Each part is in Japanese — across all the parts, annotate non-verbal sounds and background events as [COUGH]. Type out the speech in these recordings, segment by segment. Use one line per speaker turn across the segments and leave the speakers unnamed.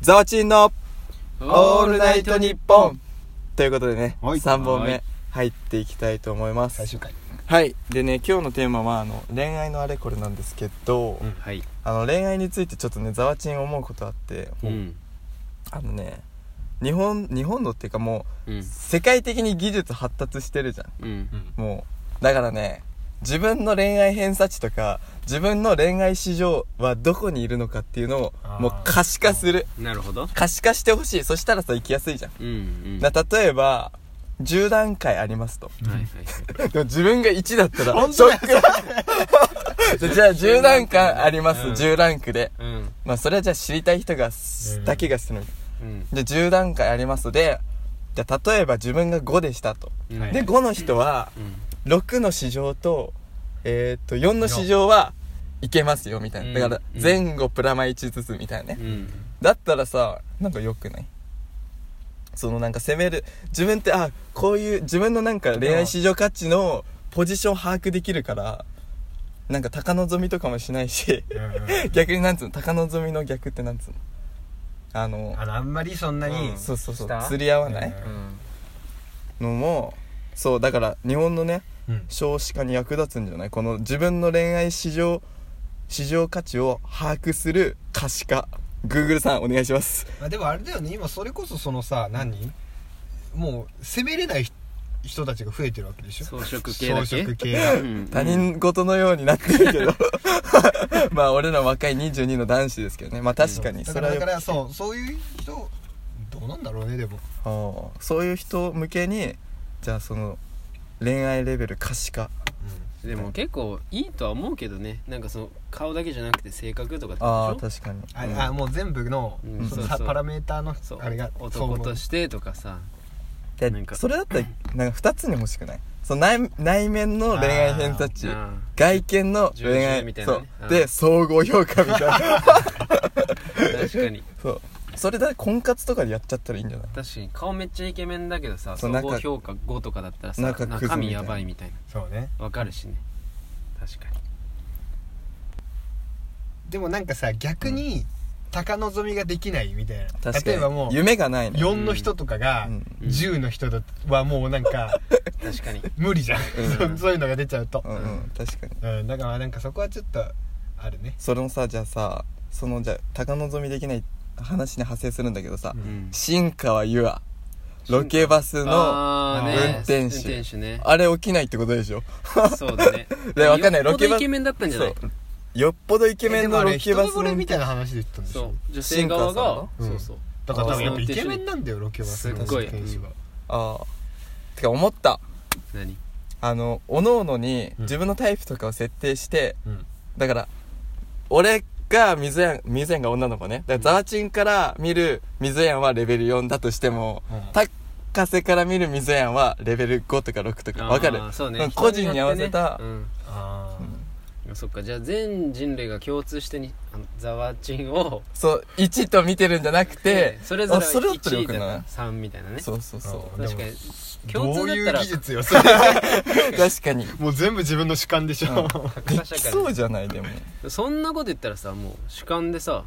ザワチンの
オ
オ
ー
ー
ル
ル
ナ
ナ
イ
イ
ト
ト
ニ
ニ
ッ
ッ
ポ
ポ
ン
ンということでね、
はい
3本
はい
目入っていきたいと思います
最終回
はいでね今日のテーマはあの恋愛のあれこれなんですけど、
うん
はい
あの恋愛についてちょっとねざわちん思うことあって、あのね日本日本のっていうかも
う
うん世界的に技術発達してるじゃん
うん
もうだからね自分の恋愛偏差値とか自分の恋愛市場はどこにいるのかっていうの
あ
を
ー
もう可視化する
なるほど
可視化してほしいそしたらさ行きやすいじゃん
うんうん
な例えば10段階ありますと
はいはい
でも自分が1だったら
本当だよ
ショック [LAUGHS] じゃあ10段階あります、
うん
10ランクで
うん
まあそれはじゃあ知りたい人が
うん
だけがする
うん
で10段階ありますでじゃあ例えば自分が5でしたと
うん
で5の人は
うん
6の市場と,、えー、と4の市場はいけますよみたいなだから
うん
前後プラマ1ずつみたいなね
うん
だったらさなんか良くないそのなんか攻める自分ってあこういう自分のなんか恋愛市場価値のポジション把握できるからなんか高望みとかもしないし [LAUGHS] 逆になんつうの高望みの逆ってなんつうのあの
あのあんまりそんなに、
うん
そうそうそう
下
釣り合わない
うん
のもそうだから日本のね
うん
少子化に役立つんじゃないこの自分の恋愛市場市場価値を把握する可視化 Google さんお願いします
まあ、でもあれだよね今それこそそのさ何もう攻めれない人人たちが増えてるわけでしょ
装飾系だけ
装飾系が
うん
他人事のようになってるけど [LAUGHS] まあ俺ら若い22の男子ですけどねまあ確かに
だ
そ
か
れ
ら
は
だ
よ
からそうそういう人どうなんだろうねでも
ああそういう人向けにじゃあその恋愛レベル可視化
でも結構いいとは思うけどねなんかその顔だけじゃなくて性格とかって
ああ
ことでし
確かに
あ、
うん
あもう全部の,、
うん
その
そうそう
パラメーターの
ょそう
あれがそう
男
思う
としてとかさ
で
なんか
それだったらなんか2つに欲しくないその内内面の恋愛偏差値
あ
外見の恋
順序
愛、
みたいな
そう
ねうん
で総合評価みたいな
ー
[LAUGHS]
確かに
そうそれだ婚活とかでやっちゃったらいいんじゃない
確かに顔めっちゃイケメンだけどさ
そ
総
う中
合評価5とかだったらさ
中
中
クズみたいな
身やばいみたい
そうね
なわかるしね確かに
でもなんかさ逆に高望みができないみたいな
確かに
例えばもう
夢がないね
4の人とかが
うん
10の人だはもうなんか
確かに
無理じゃん、
う
[LAUGHS] そういうのが出ちゃうと
う、んうん確かに
うん、だからなんかそこはちょっとあるね
それもさじゃあさそのじゃあ高望みできない話に派生するんだけどさ、
う
うん
新川優愛ロケバスのあ
あーね
運
転手
運転手ね
れ起きないってことでしょ
そうだね
[LAUGHS] でわかんないロケバ
よっぽどイケメンだったんじゃない
そうよっぽどイケ
イ
メンのロケバス
一目惚
の
れみたいな話で言ったんでし
そ
ょ
う女性側が
新川さんの
そうそう
だから多分やっぱ
あ
イケメンなんだよロケバスの
すっごい
運転手は
ああてか思った
何
あのおのおのに
うん
自分のタイプとかを設定して、
うん
だから俺が水やん水やんが女の子ねだからザワチンから見る水やんはレベル4だとしても、
うん
タカセから見る水やんはレベル5とか6とかわかる
あーそう
う
ね
ん個人に合わせた
人によってね
あ
うんそっかじゃあ全人類が共通してにあのザワチンを
そう1と見てるんじゃなくて
ねそれぞれ
あそれだったらよ
1
く
と
な
か
い
3みたいなね
そうそうそ
あ
う
ー
確かに
ー
共
ど
通だっ
うい
た
う
ら
技術よ [LAUGHS] それ
[LAUGHS]
確かに
もう全部自分の主観でしょ、
格差社会
そうじゃないでも
そんなこと言ったらさもう主観でさ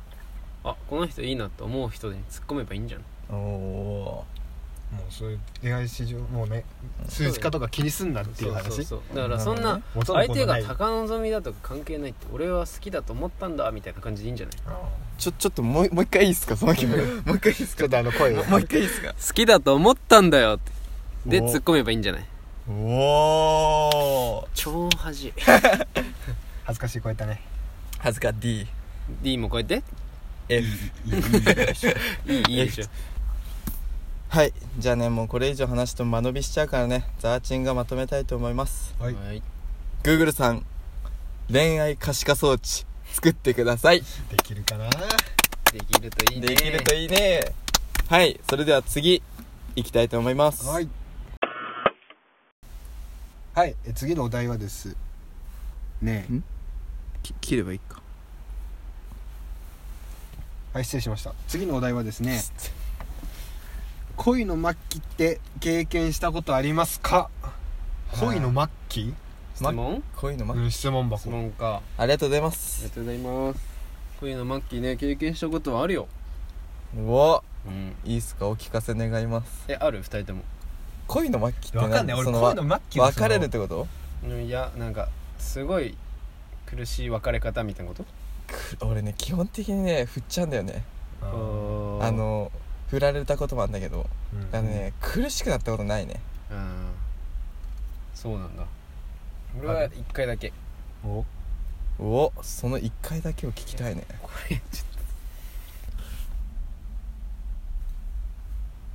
あこの人いいなと思う人に突っ込めばいいんじゃん
おお
もうそういう恋愛市場もうね数値化とか気にすんなっていう
そ
話
うそうそうだからそん
な
な
る
ほどね
相手が高望みだとか関係ないって俺は好きだと思ったんだみたいな感じでいいんじゃない
あ
ちょちょっともうもう一回いいっすかその気分もう一回いいっす
ーちょ
か
っとあの声を
もう一回いいっすか
好きだと思ったんだよってで
お
突っ込めばいいんじゃない
おお
超恥
恥ずかしい声だね
恥ずか D
D もこうやって
F
いいいいでしょ
はいじゃあねもうこれ以上話しても間延びしちゃうからねザーチンがまとめたいと思います
はい
Google さん恋愛可視化装置作ってください
できるかな
できるといいね
できるといいねはいそれでは次いきたいと思います
はいはいえ次のお題はですねえ
切ればいいか
はい失礼しました次のお題はですね恋の末期って経験したことありますか恋の末期、
質問
こういうのま
うん、質問箱
質問か
ありがとうございま
あり
す
がとうございますこういうのマッキーね経験したことはあるよ
うわ
うん
いいっすかお聞かせ願います
えある二人とも
恋の末期って
わかんない俺
その
恋の末期のその
別れるってこと
うんいやなんかすごい苦しい別れ方みたいなこと
く俺ね基本的にね振っちゃうんだよね
あー
あの振られたこともあるんだけど
うん
あのね苦しくなったことないね
うんそうなんだ俺
あ
は
る
一回だけ
お
おその1回だけを聞きたいね
これちょっ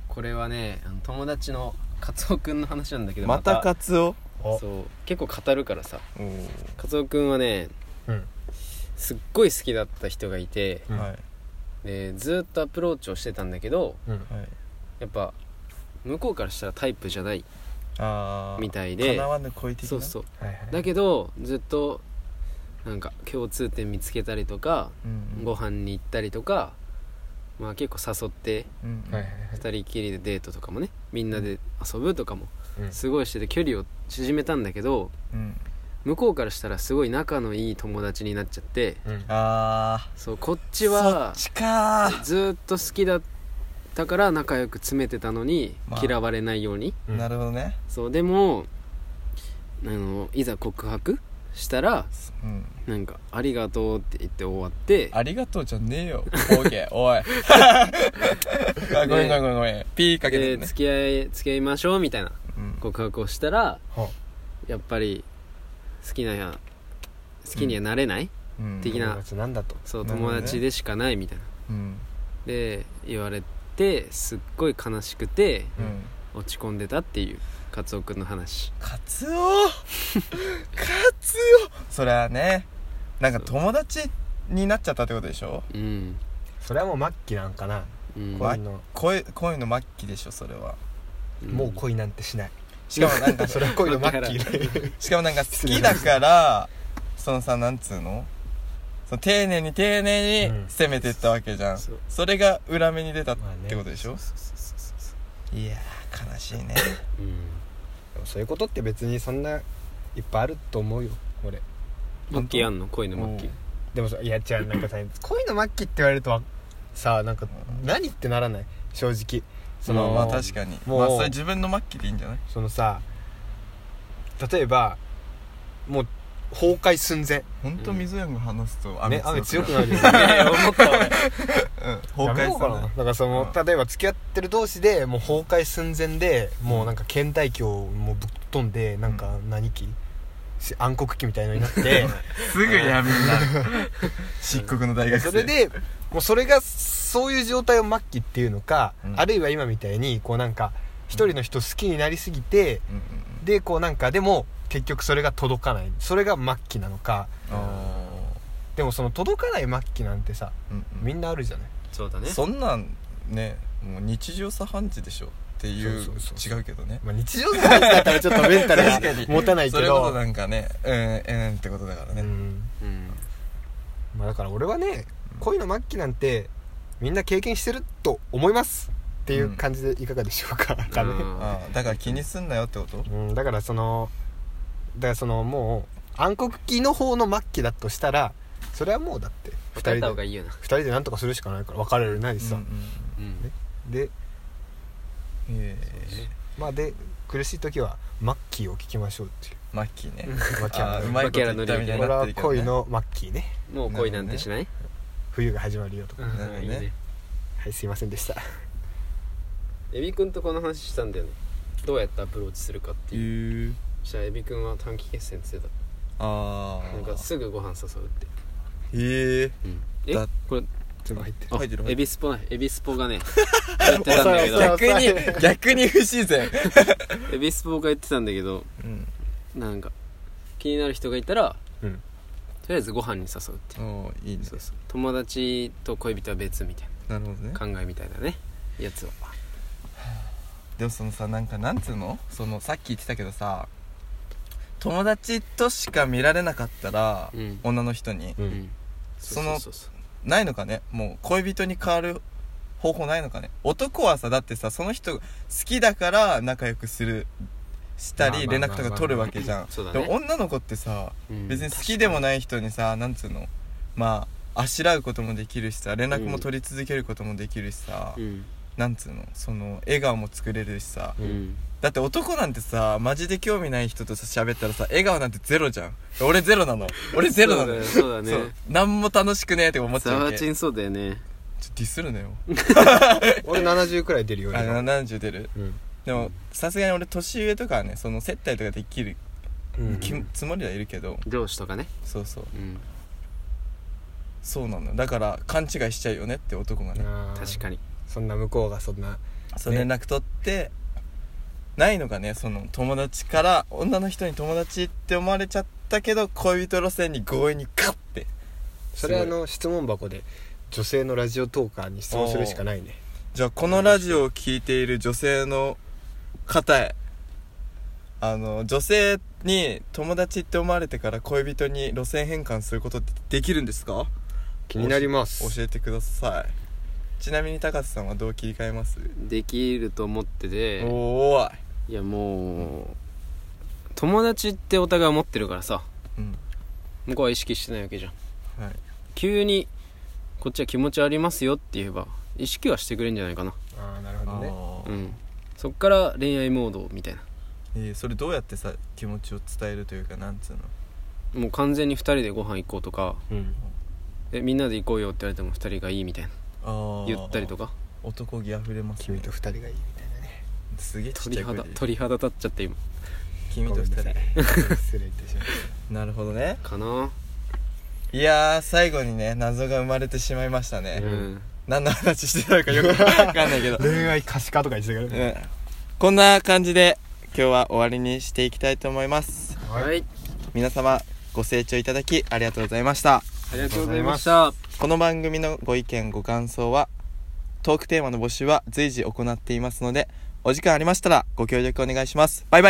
とこれはねあの友達のカツオくんの話なんだけど
またカツオ
お
そう結構語るからさ
おー
カツオくんはね
うん
すっごい好きだった人がいて
うん
はい
でずーっとアプローチをしてたんだけど
うん
はい
やっぱ向こうからしたらタイプじゃない
ああ
みたいで
叶わぬ恋的な
そうそう
はいはい
だけどずっとなんか共通点見つけたりとか
うん
ご飯に行ったりとか、まあ、結構誘って
うん
はいはいはい
2人きりでデートとかもねみんなで遊ぶとかも
うん
すごいしてて距離を縮めたんだけど
うん
向こうからしたらすごい仲のいい友達になっちゃって
うん
ああ
そうこっちは
そっちかー
ずーっと好きだったから仲良く詰めてたのに
まあ
嫌われないように、
うん
なるほどね
そうでもあのいざ告白したら
うん
なんか「ありがとう」って言って終わって
ありがとうじゃねえよオー
[LAUGHS]
ケーおいあごめんごめんごめんごめんピーかけて
で
るね
付き合い付き合いましょうみたいな
うん
告白をしたら
は
やっぱり好きなや好きにはなれない、
うん
的な
友達なんだと
そう
なるほ
友
どね
達でしかないみたいな、
うん
で言われてすっごい悲しくて
うん
落ち込んでたっていうカツオくんの話
カツ
[LAUGHS]
オカツオそれはねなんか友達になっちゃったってことでしょ
うん、
それはもう末期なんかな
うん、
怖
恋
い
の
恋恋の末期でしょそれは
うん
もう恋なんてしない
しかも
[LAUGHS]
なんか
それは恋の末期 [LAUGHS]
しかもなんか好きだからそのさなんつうのその丁寧に丁寧
う
に
ん
攻めてったわけじゃん、
そう
それが裏目に出たっ
まあね
てことでしょ、
そうそうそうそうそ
いやー悲しいね
ううん
でもそういうことって別にそんないっぱいあると思うよ俺
マッキーあんの恋のマッキー
でもさいや違うなんかさ恋の末期って言われるとわさあなんか何ってならない正直その、
まあ確かに
もう
まあそれ自分の末期でいいんじゃない
そのさ例えばもう崩壊寸前
ほんと水やんが話すと
ね雨強くなるよね
[LAUGHS] ええ思ったわ
うん崩
やめよ
壊
う
す
か
る
な
ね
だからその、
う
例えば付き合ってる同士でもう崩壊寸前でもうなんか倦怠期をもうぶっ飛んでなんか何期、し暗黒期みたいのになって
すぐやめんな [LAUGHS] 漆黒の大学生
それでもうそれがそういう状態を末期っていうのか、
うん
あるいは今みたいにこうなんか一人の人好きになりすぎて、
うんうん
でこうなんかでも結局それが届かないそれが末期なのか
うんあ
でもその届かない末期なんてさ
ーうんうん
みんなあるじゃない
そうだね
そんなんねもう日常茶飯事でしょっていう
そうそうそ
違うけどね
まあ、日常の話だったらちょっとメンタルが
[LAUGHS] 確かに
持たない
そ
け
れこ
ど
そなんかねうんうんってことだから
う
ね
ん
うん
まあ、だから俺はね恋の末期なんてみんな経験してると思いますっていう感じでいかがでしょうか、だね
ああだから気にすんなよってこと
うん、だからそのだからそのもう暗黒期の方の末期だとしたらそれはもうだって2
答えた
人
方が
で
いいよな
二人でなんとかするしかないから別れるないしさ、
う
うん
で
んいえいえ
まあで苦しい時は末期を聞きましょうっていう
マッキーね
マキ
あ
ア
ーう
の
まいこと言ったみたいに
俺
なっ
は
てるけど、ね、
恋の末期ね
もう恋なんてしない
冬が始まるよとか、
ほどね
うんいいね
はいすいませんでした [LAUGHS]
エビ君とこの話したんだよねどうやってアプローチするかっていう
へえ
そしたらエビ君は短期決戦って言って
あ
たなんかすぐご飯誘うって
ーへえ
え
だ
これ
全部入ってる
あ
入ってる入ってる
エビスポなエビスポがね言ってたんだけ
おさらおさら
逆
ど
に逆に不自然
エビスポが言ってたんだけど
うん
なんか気になる人がいたら
うん
とりあえずご飯に誘うって
おーいいね
そうそう友達と恋人は別みたい
なるほどね
な考えみたいなねやつは
でもそのさなんかなんつうのそのさっき言ってたけどさ友達としか見られなかったら、
うん
女の人に
う
うんん
その
そうそう
ないのかねもう恋人に変わる方法ないのかね男はさだってさその人が好きだから仲良くするしたり
まあ
連
まあまあまあ
絡とか取るわけじゃん
そうだ
で
ね
も女の子ってさ
そううん
別に好きでもない人にさなんつうのまああしらうこともできるしさ連絡も取り続けることもできるしさ、
うん
なんつうのその笑顔も作れるしさ、
うん
だって男なんてさマジで興味ない人とさ喋ったらさ笑顔なんてゼロじゃん俺ゼロなの俺ゼロなの
そうだね
そ
そう
う何も楽しくねえって思っちゃ
ザ
うわ
ワ
け
チ
ちょ
ンそうだよね
ディスるなよ
俺70くらい出るよ
あ
俺は
70出る
うん
でもさすがに俺年上とかはねその接待とかできる
うん
きつもりはいるけど
上司とかね
そうそう
うん
そうなのだから勘違いしちゃうよねって男がね
確かに
そんな向こうがそんな
そう連絡取ってないのがねその友達から女の人に友達って思われちゃったけど恋人路線に強引にガッて
それはあの質問箱で女性のラジオトーカーに質問するしかないね
じゃあこのラジオを聴いている女性の方へあの女性に友達って思われてから恋人に路線変換することってできるんですか
気になります
教えてくださいちなみに高瀬さんはどう切り替えます
できると思ってて
おーい、
いやもう友達ってお互い思ってるからさ
うん
向こうは意識してないわけじゃん
はい、
急にこっちは気持ちありますよって言えば意識はしてくれるんじゃないかな
ああなるほどね
あ
う
ー
んそっから恋愛モードみたいな
えーそれどうやってさ気持ちを伝えるというかなんつうの
もう完全に2人でご飯行こうとか
うん
えみんなで行こうよって言われても2人がいいみたいな
ああ
言ったりとか
男気あふれますね
君と二人がいいみたいなね
すげえちっちゃ
鳥
い声
肌
で
鳥肌立っちゃって今
君と二人
ごめんなさい失礼いたしまし
[LAUGHS] なるほどね
かない
やー最後にね謎が生まれてしまいましたね、
うん、
何の話してたのかよくわかんないけど
た、恋愛可視化とか言ってた
う
けど
ん、こんな感じで今日は終わりにしていきたいと思います
[LAUGHS] はい
皆様ご清聴いただきありがとうございました
ありがとうございました
この番組のご意見ご感想はトークテーマの募集は随時行っていますのでお時間ありましたらご協力お願いしますバイバイ